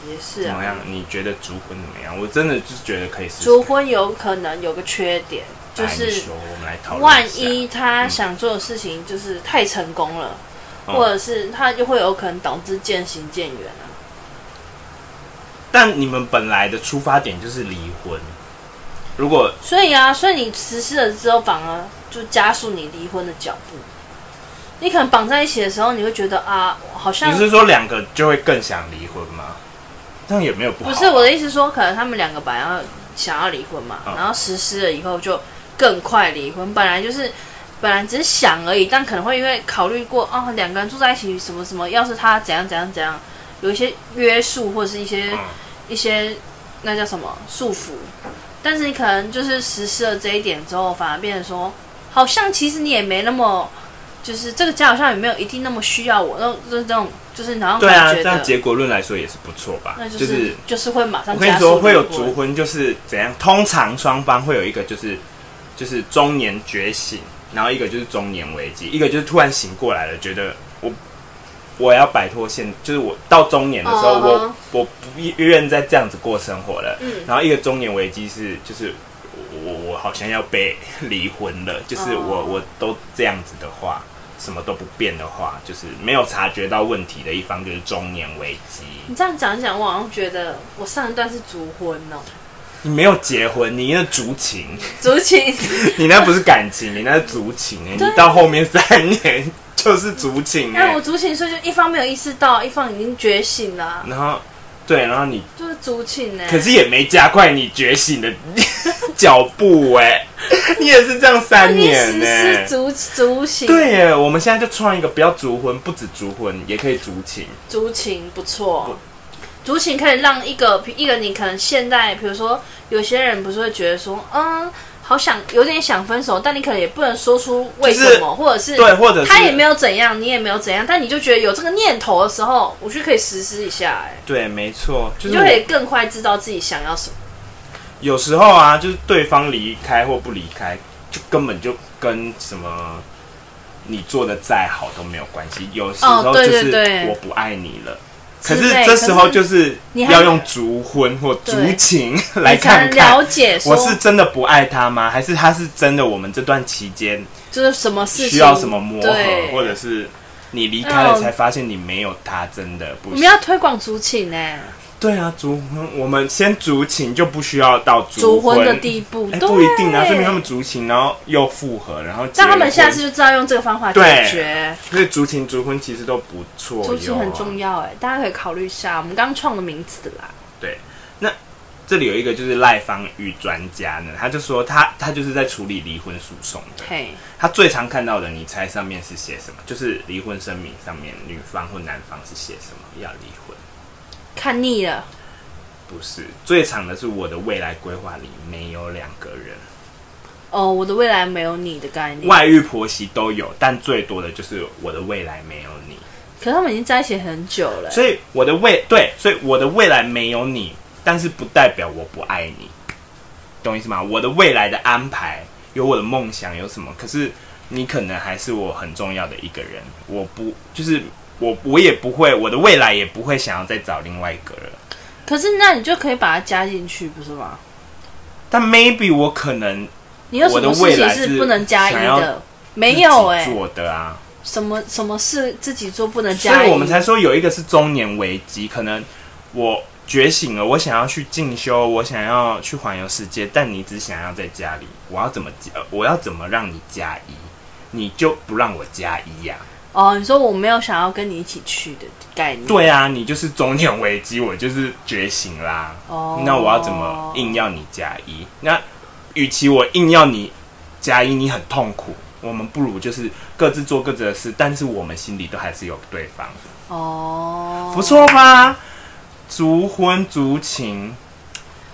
S2: 也是
S1: 怎么样
S2: 啊。？
S1: 你觉得烛婚怎么样？我真的就是觉得可以试试看。
S2: 烛婚有可能有个缺点，就
S1: 来哎你
S2: 是
S1: 说我们来讨论
S2: 万
S1: 下
S2: 一他想做的事情就是太成功了，
S1: 嗯
S2: 或者是他就会有可能导致渐行渐远啊。
S1: 但你们本来的出发点就是离婚，如果
S2: 所以啊，所以你实施了之后，反而就加速你离婚的脚步。你可能绑在一起的时候，你会觉得啊，好像
S1: 你是说两个就会更想离婚吗？这样也没有不好、啊
S2: 不是我的意思说，可能他们两个本来要想要离婚嘛，
S1: 嗯
S2: 然后实施了以后就更快离婚。本来就是本来只是想而已，但可能会因为考虑过哦，两个人住在一起什么什么，要是他怎样怎样怎样，有一些约束或是一些、
S1: 嗯
S2: 一些那叫什么束缚。但是你可能就是实施了这一点之后，反而变成说，好像其实你也没那么。就是这个家好像也没有一定那么需要我，那种就是那种就是然后
S1: 对啊，
S2: 感
S1: 这
S2: 觉
S1: 样
S2: 的，
S1: 结果论来说也是不错吧？
S2: 那就
S1: 就是
S2: 就是会马上
S1: 我跟你
S2: 加
S1: 说，
S2: 速
S1: 会有
S2: 离婚
S1: 烛婚，就是怎样？通常双方会有一个就是就是中年觉醒，然后一个就是中年危机，一个就是突然醒过来了，觉得我我要摆脱现，就是我到中年的时候
S2: 嗯嗯嗯
S1: 我我不愿再这样子过生活了。
S2: 嗯
S1: 然后一个中年危机是就是我我我好像要被离婚了，就是
S2: 哦
S1: 我我都这样子的话。什么都不变的话，就是没有察觉到问题的一方就是中年危机。
S2: 你这样讲一讲，我好像觉得我上一段是足婚哦，
S1: 你没有结婚，你那竹情，
S2: 足情
S1: 你那不是感情，你那是竹情哎、
S2: 对
S1: 你到后面三年就是竹情哎、
S2: 那我足情所以就一方没有意识到，一方已经觉醒了啊，
S1: 然后对，然后你
S2: 就是足情呢、
S1: 可是也没加快你觉醒的 脚步哎、你也是这样三
S2: 你
S1: 年
S2: 实
S1: 呢、
S2: 施足足情，
S1: 对耶，我们现在就创一个，不要竹婚，不止竹婚，也可以竹情。
S2: 足情不错。足情可以让一个一个你可能现在，比如说有些人不是会觉得说，嗯，好想有点想分手，但你可能也不能说出为什么，
S1: 就是
S2: 或者是
S1: 对，或者是
S2: 他也没有怎样，你也没有怎样，但你就觉得有这个念头的时候，我就可以实施一下、哎，
S1: 对，没错，就
S2: 你
S1: 是
S2: 就
S1: 我
S2: 可以更快知道自己想要什么。
S1: 有时候啊，就是对方离开或不离开，就根本就跟什么你做的再好都没有关系。有时候就
S2: 对
S1: 是
S2: 哦对对
S1: 我不爱你了，
S2: 之
S1: 可
S2: 类
S1: 是这时候就是
S2: 你还
S1: 要用烛婚或烛情来
S2: 你才
S1: 看
S2: 能
S1: 看
S2: 了。解说
S1: 我是真的不爱他吗？还是他是真的？我们这段期间
S2: 就是什么事情
S1: 需要什么磨合
S2: 对，
S1: 或者是你离开了
S2: 嗯
S1: 才发现你没有他，真的不
S2: 我
S1: 行
S2: 们。要推广欸竹情呢、
S1: 对啊，烛婚我们先烛情就不需要到
S2: 烛
S1: 烛
S2: 婚的地步，
S1: 哎、
S2: 对
S1: 不一定啊，说明他们族情，然后又复合，然后结
S2: 让他
S1: 了
S2: 们下
S1: 婚
S2: 次就知道用这个方法解
S1: 对哦
S2: 决。
S1: 所以族情、族婚其实都不错哟，
S2: 竹情很重要
S1: 啊
S2: 哎、大家可以考虑一下，我们刚创的名词啦。
S1: 对，那这里有一个就是赖芳玉专家呢，他就说他他就是在处理离婚诉讼的，
S2: 嘿，
S1: 他最常看到的，你猜上面是写什么？就是离婚声明上面女方或男方是写什么要离婚？
S2: 看腻了，
S1: 不是，最常的是我的未来规划里没有两个人。
S2: 哦，我的未来没有你的概念。
S1: 外遇婆媳都有，但最多的就是我的未来没有你。
S2: 可是他们已经在一起很久了、
S1: 所以我的未对，所以我的未来没有你，但是不代表我不爱你，懂意思吗？我的未来的安排有我的梦想，有什么？可是你可能还是我很重要的一个人，我不就是我我也不会，我的未来也不会想要再找另外一个人。
S2: 可是那你就可以把它加进去，不是吗？
S1: 但 maybe 我可能
S2: 你有什
S1: 我
S2: 么
S1: 的
S2: 事
S1: 未
S2: 情
S1: 来
S2: 是
S1: 是
S2: 不能加一
S1: 想
S2: 的
S1: 要？
S2: 没有哎、
S1: 自己做的啊，
S2: 什么什么事自己做不能
S1: 所
S2: 加一？
S1: 以我们才说有一个是中年危机，可能我觉醒了，我想要去进修，我想要去环游世界，但你只想要在家里，我要怎么加？呃我要怎么让你加一？你就不让我加一呀、
S2: 哦，你说我没有想要跟你一起去的概念。
S1: 对啊，你就是中年危机，我就是觉醒啦。
S2: 哦
S1: 那我要怎么硬要你加一？那与其我硬要你加一，你很痛苦，我们不如就是各自做各自的事，但是我们心里都还是有对方。
S2: 哦，
S1: 不错吧？足婚足情，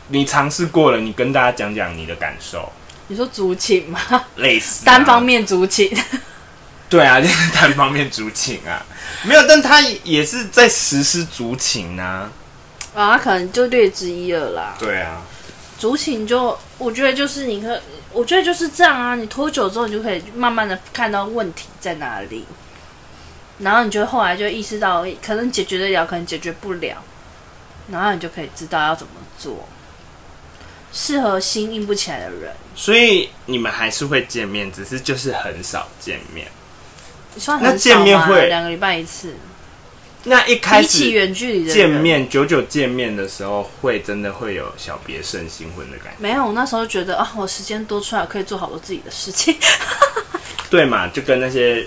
S1: 你尝试过了，你跟大家讲讲你的感受，
S2: 你说竹寝吗？
S1: 类似啊
S2: 单方面 竹寝，
S1: 啊对啊， 就是单方面主请啊，没有，但他也是在实施主请啊，
S2: 啊，他可能就略知一二啦。
S1: 对啊，
S2: 竹寝就我觉得就是你可，我觉得就是这样啊。你拖久之后，你就可以慢慢的看到问题在哪里，然后你就后来就意识到，可能解决得了，可能解决不了，然后你就可以知道要怎么做，适合心硬不起来的人。
S1: 所以你们还是会见面，只是就是很少见面。
S2: 你算
S1: 那
S2: 很
S1: 见
S2: 少
S1: 面
S2: 吗
S1: 会
S2: 两个礼拜一次，
S1: 那一开
S2: 比起
S1: 始
S2: 远距离的人
S1: 见面，久久见面的时候，会真的会有小别胜新婚的感觉，
S2: 没有，我那时候觉得啊，我时间多出来可以做好我自己的 事情。
S1: 对嘛？就跟那些。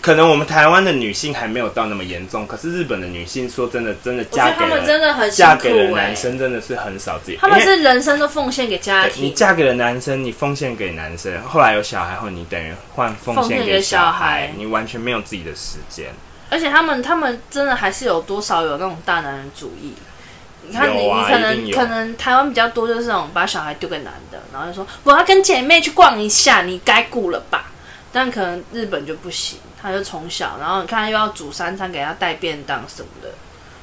S1: 可能我们台湾的女性还没有到那么严重，可是日本的女性说真的，真的
S2: 我觉
S1: 嫁
S2: 得
S1: 给
S2: 他们
S1: 了
S2: 真的很辛
S1: 嫁
S2: 苦
S1: 给了
S2: 哎、
S1: 男生真的是很少自己，
S2: 他们
S1: 因为
S2: 是人生都奉献给家
S1: 对你
S2: 庭，
S1: 嫁给了男生，你奉献给男生，后来有小孩后，你等于换奉
S2: 奉
S1: 献
S2: 献
S1: 给
S2: 给
S1: 小
S2: 小
S1: 孩
S2: 孩，
S1: 你完全没有自己的时间。
S2: 而且他们他们真的还是有多少有那种大男人主义。你看你，
S1: 有啊
S2: 你可
S1: 一定
S2: 能
S1: 有
S2: 可能台湾比较多就是那种把小孩丢给男的，然后就说我要跟姐妹去逛一下，你该顾了吧。但可能日本就不行，他就从小，然后你看又要煮三餐给他带便当什么的，
S1: 嗯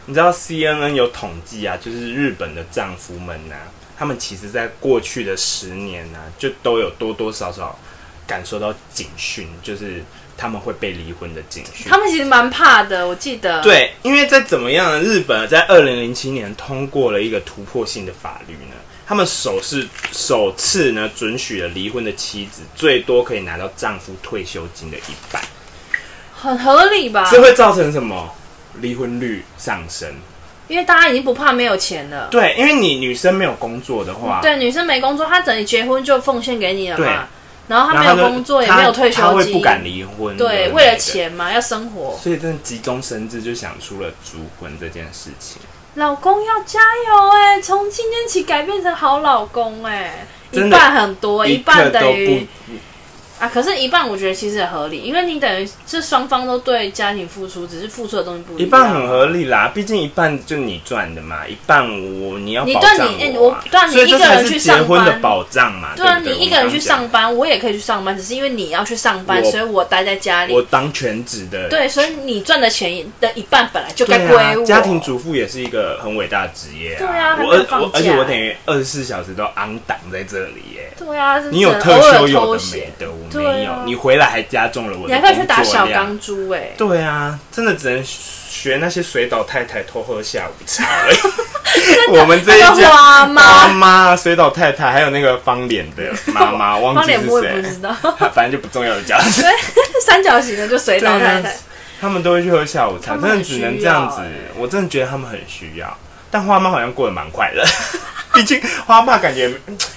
S1: 你知道 CNN 有统计啊，就是日本的丈夫们呐、他们其实在过去的十年呐、就都有多多少少感受到警讯，就是他们会被离婚的警讯。
S2: 他们其实蛮怕的。我记得，
S1: 对，因为在怎么样呢？日本在二零零七年通过了一个突破性的法律呢，他们首是首次呢准许了离婚的妻子最多可以拿到丈夫退休金的一半，
S2: 很合理吧？
S1: 这会造成什么？离婚率上升。
S2: 因为大家已经不怕没有钱了。
S1: 对，因为你女生没有工作的话，
S2: 对，女生没工作，她等你结婚就奉献给你了
S1: 对
S2: 嘛。然后她
S1: 然
S2: 没
S1: 后她
S2: 有
S1: 就，
S2: 工作，也没有退
S1: 她她
S2: 休
S1: 会
S2: 金，
S1: 不敢离婚。
S2: 对，为了。钱嘛，要生活。
S1: 所以真的急中生智，就想出了逐婚这件事情。
S2: 老公要加油哎、从今天起改变成好老公哎、
S1: 真
S2: 一
S1: 的
S2: 半很多，一
S1: 个
S2: 半
S1: 都
S2: 等
S1: 不
S2: 于啊，可是一半我觉得其实也合理，因为你等于是双方都对家庭付出，只是付出的东西不
S1: 一
S2: 样。
S1: 半很合理啦，毕竟一半就你赚的嘛，一半我你要
S2: 你
S1: 保
S2: 对
S1: 障
S2: 你
S1: 我啊
S2: 我对你
S1: 所以这
S2: 一个人
S1: 才是
S2: 去
S1: 结
S2: 上
S1: 婚的
S2: 班
S1: 保障嘛，
S2: 对啊，
S1: 不
S2: 你
S1: 我
S2: 一个人
S1: 刚
S2: 去
S1: 讲
S2: 上班，我也可以去上班，只是因为你要去上班，
S1: 我
S2: 所以我待在家
S1: 我
S2: 里。
S1: 当全职的，
S2: 对，所以你赚的钱的一半本来就
S1: 对
S2: 该
S1: 啊，
S2: 归我。
S1: 家庭主妇也是一个很伟大的职业、啊，
S2: 对啊
S1: 我
S2: 还没有
S1: 二我
S2: 放假
S1: 而且我等于二十四小时都昂档在这里耶、
S2: 对啊，是
S1: 你有
S2: 真的
S1: 特
S2: 偶尔
S1: 休有
S2: 偷
S1: 的没
S2: 闲
S1: 的，我没
S2: 对
S1: 有，
S2: 啊
S1: 你回来还加重了我
S2: 你
S1: 的
S2: 还
S1: 工
S2: 可以
S1: 作
S2: 去打小
S1: 量。
S2: 钢珠哎、欸，
S1: 对啊，真的只能学那些水岛太太偷喝下午茶 而已。我们这一
S2: 那个
S1: 家
S2: 花
S1: 妈
S2: 啊妈，
S1: 妈、水岛太太，还有那个方脸的妈 妈，忘
S2: 方
S1: 记
S2: 脸
S1: 是
S2: 我也不知
S1: 谁，
S2: 道，
S1: 反正就不重要的角色。
S2: 三角形的就水岛太
S1: 对
S2: 太
S1: 啊，他们都会去喝下午茶，
S2: 他
S1: 真
S2: 们
S1: 的
S2: 很
S1: 只能这样子
S2: 需要欸。
S1: 我真的觉得他们很需要，但花妈好像过得蛮快 乐，毕竟花爸感觉，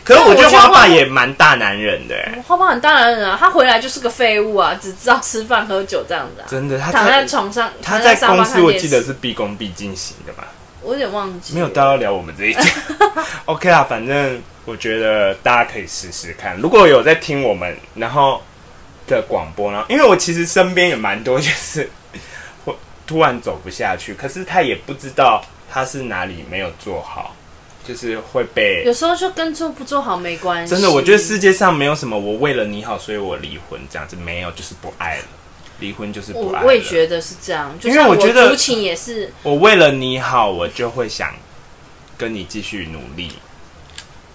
S1: 可是我觉得
S2: 我觉得
S1: 花
S2: 花
S1: 爸也蛮大男人的欸，
S2: 花花很大男人啊，他回来就是个废物啊，只知道吃饭喝酒这样子啊，
S1: 真的。他
S2: 躺在
S1: 在
S2: 床上，
S1: 他
S2: 躺
S1: 在
S2: 沙发
S1: 公司，
S2: 看
S1: 我
S2: 电
S1: 记得
S2: 视
S1: 是毕恭毕敬型的吧。
S2: 我有点忘记，
S1: 没有到要聊我们这一集。OK 啦，反正我觉得大家可以试试看。如果有在听我们然后的广播呢，因为我其实身边也蛮多，就是我突然走不下去，可是他也不知道他是哪里没有做好，就是会被
S2: 有。时候就跟做不做好没关系，
S1: 真的，我觉得世界上没有什么我为了你好，所以我离婚这样子，没有，就是不爱了，离婚就是不
S2: 我
S1: 爱了。
S2: 我也觉得是这样，就
S1: 因为
S2: 像
S1: 我觉得
S2: 竹琴也是，
S1: 我为了你好，我就会想跟你继续努力，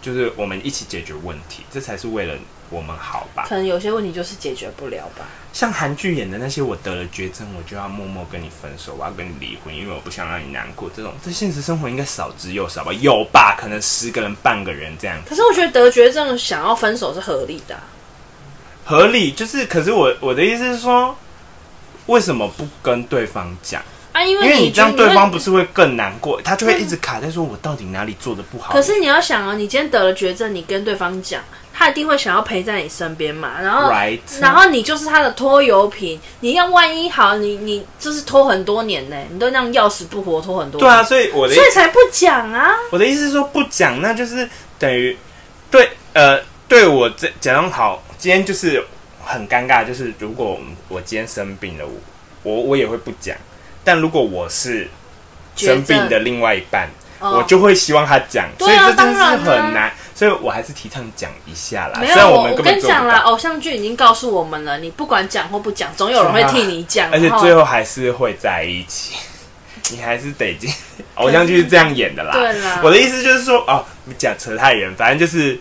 S1: 就是我们一起解决问题，这才是为了我们好吧。
S2: 可能有些问题就是解决不了吧。
S1: 像韩剧演的那些，我得了绝症，我就要默默跟你分手，我要跟你离婚，因为我不想让你难过。这种在现实生活应该少之又少吧？有吧？可能十个人半个人这样
S2: 可是我觉得得绝症想要分手是合理的啊、
S1: 合理。就是，可是我我的意思是说，为什么不跟对方讲？
S2: 啊，因
S1: 因为
S2: 为
S1: 你这样，对
S2: 会
S1: 方不是会更难过？他就会一直卡在说，我到底哪里做的不好？
S2: 可是你要想啊，你今天得了绝症，你跟对方讲，他一定会想要陪在你身边嘛。然后
S1: Right
S2: 然后你就是他的拖油瓶。你要万一好，你你就是拖很多年呢、你都那样要死不活拖很多
S1: 对
S2: 年
S1: 啊，所以我的意
S2: 所以才不讲啊。
S1: 我的意思是说，不讲，那就是等于对呃，对我这讲好，今天就是很尴尬，就是如果我们我今天生病了，我我我也会不讲，但如果我是
S2: 绝症
S1: 生病的另外一半，
S2: 哦
S1: 我就会希望他讲，所以
S2: 对啊
S1: 这件事
S2: 当然啊
S1: 很难，所以我还是提倡讲一下啦。
S2: 没
S1: 虽然
S2: 有，我
S1: 们根
S2: 跟
S1: 本
S2: 你
S1: 做不
S2: 讲啦，
S1: 到，
S2: 偶像剧已经告诉我们了，你不管讲或不讲，总有人会替你讲。
S1: 啊而且
S2: 然后
S1: 最后还是会在一起， 你还是得进。偶像剧是这样演的啦。
S2: 对啦
S1: 我的意思就是说，哦，你讲扯太远，反正就是嘖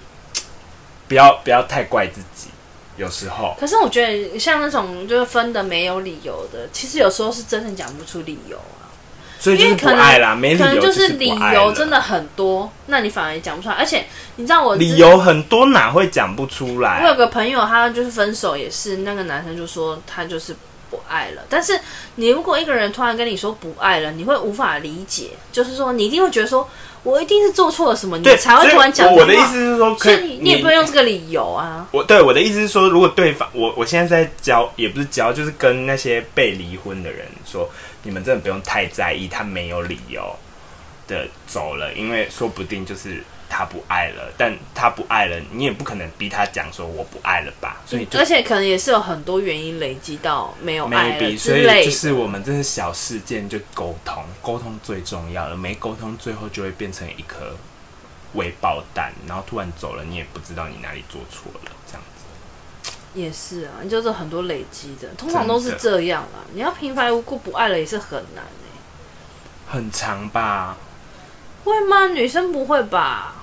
S1: 不要不要太怪自己，有时候
S2: 可是我觉得像那种就是分的没有理由的，其实有时候是真的讲不出理由啊，
S1: 所以
S2: 因
S1: 就是
S2: 为
S1: 不
S2: 可能
S1: 爱啦，没理
S2: 可能
S1: 由
S2: 是
S1: 是
S2: 理
S1: 不爱
S2: 由真
S1: 了。
S2: 的很多，那你反而也讲不出来。而且你知道我之
S1: 理由很多哪会讲不出来？
S2: 我有个朋友，他就是分手也是那个男生就说他就是不爱了，但是你如果一个人突然跟你说不爱了，你会无法理解，就是说你一定会觉得说我一定是做错了什么，你
S1: 对，
S2: 才会
S1: 所以
S2: 突然讲
S1: 我
S2: 这
S1: 我的
S2: 种
S1: 意
S2: 话
S1: 思是说，可
S2: 所以
S1: 以
S2: 你你也不会用这个理由啊。
S1: 我对我的意思是说，如果对方我我现在在教，也不是教，就是跟那些被离婚的人说，你们真的不用太在意，他没有理由的走了，因为说不定就是他不爱了，但他不爱了，你也不可能逼他讲说我不爱了吧，所以就
S2: 而且可能也是有很多原因累积到没有爱了
S1: maybe，所
S2: 之
S1: 以
S2: 类
S1: 就
S2: 的。
S1: 是我们这是小事件就沟通，沟通最重要了，没沟通最后就会变成一颗未爆弹，然后突然走了，你也不知道你哪里做错了，这样子。
S2: 也是啊，就是很多累积的，通常都是这样啦。你要平白无故不爱了也是很难欸
S1: 很长吧？
S2: 会吗？女生不会吧？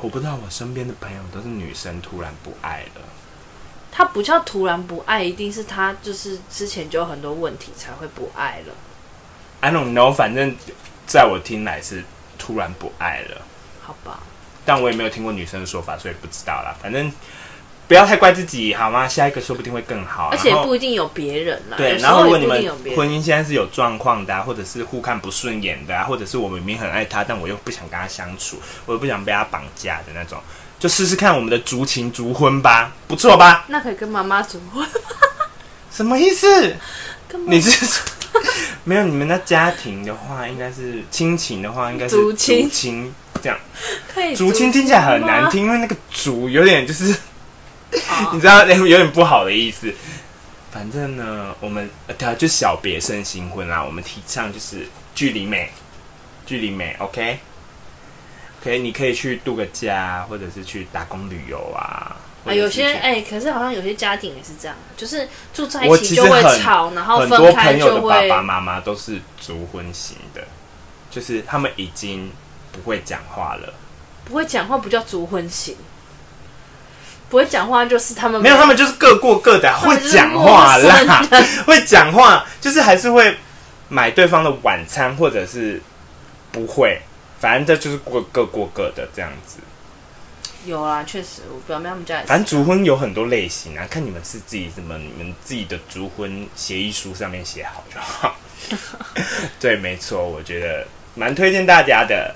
S1: 我不知道我身边的朋友都是女生突然不爱了，
S2: 他不叫突然不爱，一定是他就是之前就有很多问题才会不爱了。
S1: I don't know，反正在我听来是突然不爱了，
S2: 好吧，
S1: 但我也没有听过女生的说法，所以不知道啦。反正不要太怪自己好吗？下一个说不定会更好。啊
S2: 而且
S1: 然后
S2: 不一定有别人啦。
S1: 对，
S2: 有时
S1: 然后
S2: 候
S1: 如果
S2: 也
S1: 你
S2: 不一
S1: 们
S2: 定有别
S1: 婚
S2: 人。
S1: 姻现在是有状况的、啊，或者是互看不顺眼的、啊，或者是我明明很爱他，但我又不想跟他相处，我又不想被他绑架的那种，就试试看我们的竹情竹婚吧，不错吧？
S2: 那可以跟妈妈组婚，
S1: 什么意思？
S2: 跟妈
S1: 你是说没有你们那家庭的话，应该是亲情的话，应该是
S2: 族亲哎
S1: 亲这样。
S2: 可以
S1: 竹
S2: 组
S1: 亲听起来很
S2: 妈
S1: 难
S2: 妈
S1: 听，因为那个竹有点就是
S2: 好哦
S1: 你知道有点不好的意思。反正呢，我们呃对啊，就小别胜新婚啊啦。我们提倡就是距离美，距离美，OK。可以，你可以去度个假，或者是去打工旅游啊。或者
S2: 啊，
S1: 是
S2: 有些
S1: 去
S2: 哎、可是好像有些家庭也是这样，就是住在
S1: 我
S2: 一
S1: 其
S2: 起
S1: 实
S2: 就会
S1: 很
S2: 吵，然后
S1: 很多
S2: 哦分开
S1: 朋友
S2: 就
S1: 的爸
S2: 会
S1: 爸妈妈都是族婚型的，就是他们已经不会讲话了。
S2: 不会讲话，不叫族婚型。不会讲话就是他们
S1: 没有，他们就是各过各的啊，
S2: 他
S1: 会
S2: 们就是
S1: 讲话啦
S2: 嗯陌生 人，
S1: 会讲话，就是还是会买对方的晚餐，或者是不会，反正这就是过各过各的这样子。
S2: 有啦，确实，我表妹他们家也是
S1: 反正族婚有很多类型啊，看你们是自己怎么，你们自己的族婚协议书上面写好就好。 对，没错，我觉得蛮推荐大家的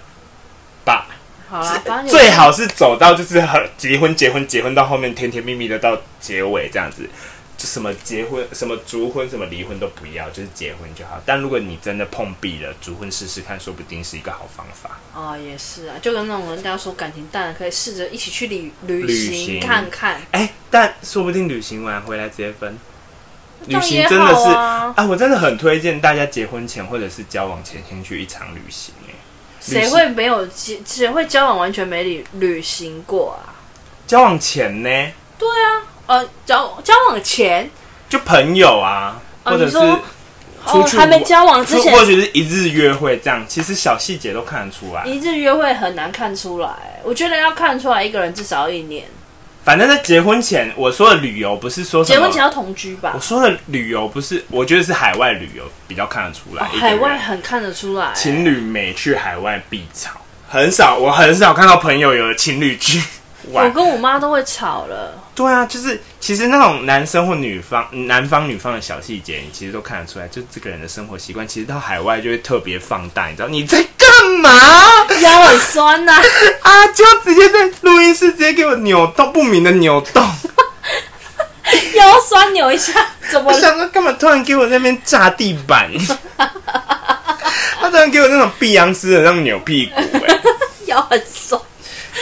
S1: 吧。
S2: 好啦，反正有
S1: 最好是走到就是很结婚结婚结婚到后面甜甜蜜蜜的到结尾这样子，就什么结婚什么逐婚什么离婚都不要，就是结婚就好。但如果你真的碰壁了，逐婚试试看，说不定是一个好方法。
S2: 哦，也是啊，就跟那种人家说感情淡了，可以试着一起去旅旅
S1: 旅行
S2: 行看看，
S1: 哎、但说不定旅行完回来直接分，
S2: 这
S1: 旅
S2: 样
S1: 行
S2: 也
S1: 真的是
S2: 好啊，
S1: 我真的很推荐大家结婚前或者是交往前先去一场旅行、哎，旅
S2: 谁
S1: 行
S2: 会没有结谁会交往完全没旅旅行过啊？
S1: 交往前呢，
S2: 对啊，呃，交交往前，
S1: 就朋友啊，
S2: 哦
S1: 或者
S2: 你
S1: 是
S2: 说
S1: 出
S2: 哦，
S1: 去
S2: 还没
S1: 玩
S2: 交往之
S1: 出
S2: 前
S1: 或许是一日约会这样，其实小细节都看得出来。
S2: 一日约会很难看出来，我觉得要看出来一个人至少要一年。
S1: 反正在结婚前，我说的旅游不是说什
S2: 结
S1: 么
S2: 婚前要同居吧
S1: 我？说的旅游不是，我觉得是海外旅游比较看得出来。一个
S2: 哦海
S1: 人
S2: 外很看得出来，
S1: 情侣没去海外必吵，很少，我很少看到朋友有情侣去
S2: 我
S1: 玩。
S2: 跟我妈都会吵了。
S1: 对啊，就是其实那种男生或女方、男方女方的小细节，你其实都看得出来。就这个人的生活习惯，其实到海外就会特别放大。你知道你在干嘛？
S2: 腰很酸啊呐、
S1: 阿娇啊直接在录音室直接给我扭动，不明的扭 动。
S2: 腰酸扭一下，怎么
S1: 我
S2: 了？
S1: 想说，干嘛突然给我在那边炸地 板？他突然给我那种碧昂斯的那种扭屁股、哎，
S2: 腰很酸，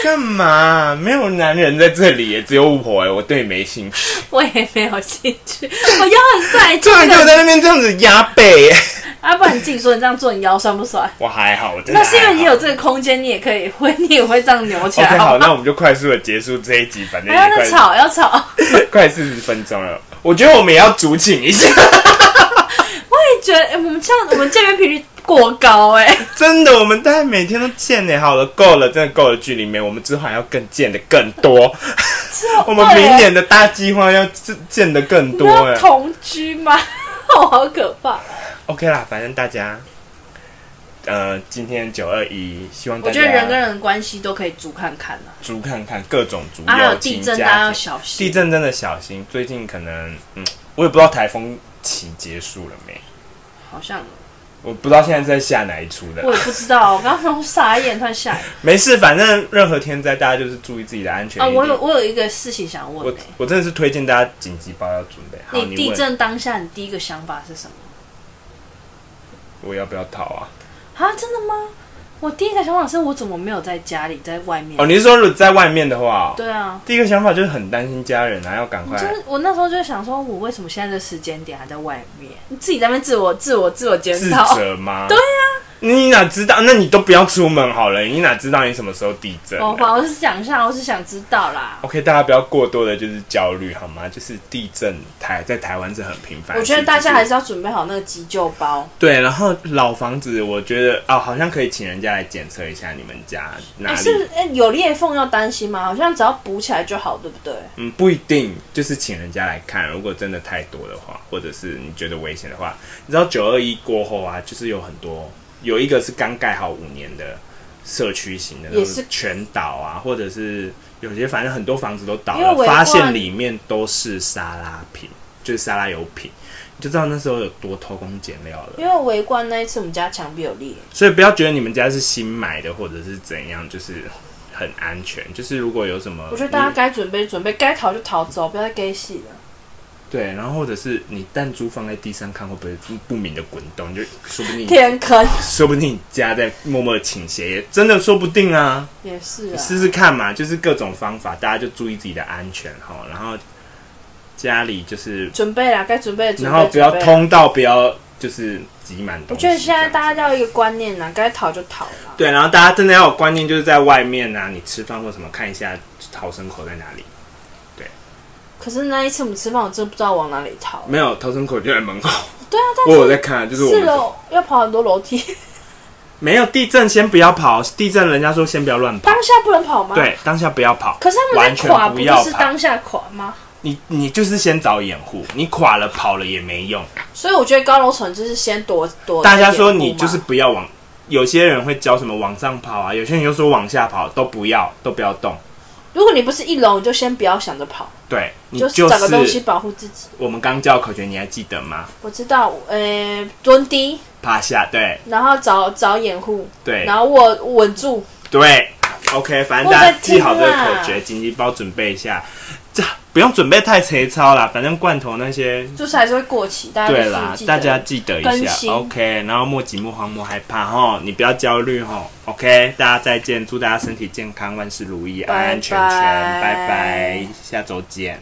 S1: 干嘛？没有男人在这里耶，只有我哎，我对你没兴 趣。
S2: 我也没有兴趣。我腰很酸，
S1: 突然给我在那边这样子压背、哎
S2: 啊，不然你自己说，你这样做你腰酸 不酸？
S1: 我还好，我真的
S2: 那是因为
S1: 还
S2: 你
S1: 好
S2: 有这个空间，你也可以 会，你也会这样扭起来，哦
S1: OK，
S2: 好
S1: 好，
S2: 吗？
S1: 那我们就快速的结束这一集，反正
S2: 还
S1: 也
S2: 要再
S1: 快
S2: 哎吵，要吵， 我
S1: 快四十分钟了，我觉得我们也要主请一下，
S2: 也觉得，哎、我们这样，我们这边频率过高、哎，
S1: 真的，我们大概每天都见呢。好了，够了，真的够了，距离没，我们之后还要更见的更多， 我们明年的大计划要见的更
S2: 你
S1: 多
S2: 要
S1: 哎。
S2: 同居吗？ 我好可怕！
S1: OK 啦，反正大家，呃，今天九二一，希望
S2: 我
S1: 大
S2: 觉得人跟
S1: 家
S2: 人的关系都可以逐看看啊，
S1: 逐看看各种族
S2: 啊，还有
S1: 友
S2: 地
S1: 情
S2: 震，大家
S1: 家
S2: 要
S1: 庭，
S2: 小心。
S1: 地震真的小心，最近可能，嗯，我也不知道台风期结束了没，
S2: 好像
S1: 我不知道现在在下哪一出的啦
S2: 我。也不知道，我刚刚傻眼，突 然吓一跳
S1: 没事，反正任何天灾，大家就是注意自己的安全
S2: 啊！
S1: 一点。
S2: 我有我有一个事情想问、
S1: 我
S2: 哎，
S1: 我真的是推荐大家紧急包要准备好。
S2: 你
S1: 你
S2: 地
S1: 问
S2: 震当下你第一个想法是什么？
S1: 我要不要逃啊？
S2: 啊，真的吗？我第一个想法是我怎么没有在家里，在外面？
S1: 哦，你是说如果在外面的话、
S2: 对啊，
S1: 第一个想法就是很担心家人啊，要赶快
S2: 就。是我那时候就想说，我为什么现在这时间点还在外面？你自己在那边自我、自我、自我检
S1: 自
S2: 讨。
S1: 责吗？对啊，你哪知道？那你都不要出门好了，你哪知道你什么时候地震啊、
S2: 我反而是想一下，我是想知道啦。
S1: OK，大家不要过多的就是焦虑好吗？就是地震台在台湾是很频繁的
S2: 我
S1: 事
S2: 觉
S1: 情，
S2: 得大家还是要准备好那个急救包。
S1: 对。然后老房子，我觉得哦，好像可以请人家来检测一下你们家哪
S2: 哎、
S1: 里
S2: 是不是哎、有裂缝要担心吗？好像只要补起来就好，对不对？
S1: 嗯，不一定，就是请人家来看。如果真的太多的话，或者是你觉得危险的话，你知道九二一过后啊，就是有很多有一个是刚盖好五年的社区型的，
S2: 也是
S1: 全倒啊，或者是有些反正很多房子都倒
S2: 因为
S1: 了，
S2: 我有
S1: 发
S2: 挂
S1: 现里面都是沙拉品，就是沙拉油品，你就知道那时候有多偷工减料了。
S2: 因为围观那一次，我们家墙壁有裂。
S1: 所以不要觉得你们家是新买的或者是怎样，就是很安全。就是如果有什么，
S2: 我觉得大家该准备就准备，该逃就逃走，不要再给戏了。
S1: 对，然后或者是你弹珠放在地上看会不会不不明的滚动，就说不定
S2: 天啊坑
S1: 说不定你家在默默地倾斜，也真的说不定啊，
S2: 也是啊，
S1: 试试看嘛，就是各种方法，大家就注意自己的安全哈，然后家里就是，
S2: 准备啦，该准备的准
S1: 然
S2: 备。
S1: 后不要
S2: 准备啦
S1: 通道不要就是挤满东西。
S2: 我觉得现在大
S1: 家
S2: 家要一个观念啦，该逃就逃啦。
S1: 对，然后大家真的要有观念，就是在外面啊，你吃饭或什么看一下逃生口在哪里，
S2: 可是那一次我们吃饭，我真的不知道往哪里逃。
S1: 没有逃生口就在 门口，
S2: 对啊，
S1: 我有
S2: 但是哦
S1: 在看，就是我
S2: 四
S1: 们
S2: 楼要跑很多楼 梯，
S1: 没有地震先不要跑，地震人家说先不要乱跑。
S2: 当下不能跑吗？。
S1: 对，当下不要跑。
S2: 可是他
S1: 完
S2: 们在
S1: 全
S2: 垮，
S1: 不
S2: 不就
S1: 要
S2: 是
S1: 跑
S2: 当下垮吗？
S1: 你你就是先找掩护，你垮了跑了也没用。
S2: 所以我觉得高楼层就是先躲躲。
S1: 大家说你就是，不要往，有些人会教什么往上跑啊，有些人又说往下跑，都不要，都不要动。
S2: 如果你不是一楼，你就先不要想着跑，
S1: 对你
S2: 就
S1: 就
S2: 找个东西
S1: 是
S2: 保护自己。
S1: 我们刚教口诀，你还记得吗？
S2: 我知道，呃，蹲低，
S1: 趴下，对
S2: 然后找找掩护，
S1: 对
S2: 然后握稳住。
S1: 对，OK，反正
S2: 我
S1: 大
S2: 在
S1: 家记好这个
S2: 听啊
S1: 口诀，紧急包准备一下。这不用准备太粗糙啦，反正罐头那些
S2: 就是还是会过期，大家
S1: 对
S2: 就是
S1: 啦
S2: 记，得
S1: 大家记得一
S2: 更
S1: 下
S2: 新
S1: ，OK。然后莫急莫慌莫害怕哈，你不要焦虑哈，OK。大家再见，祝大家身体健康，万事如意，安安全全，
S2: 拜拜
S1: 拜拜，下周见。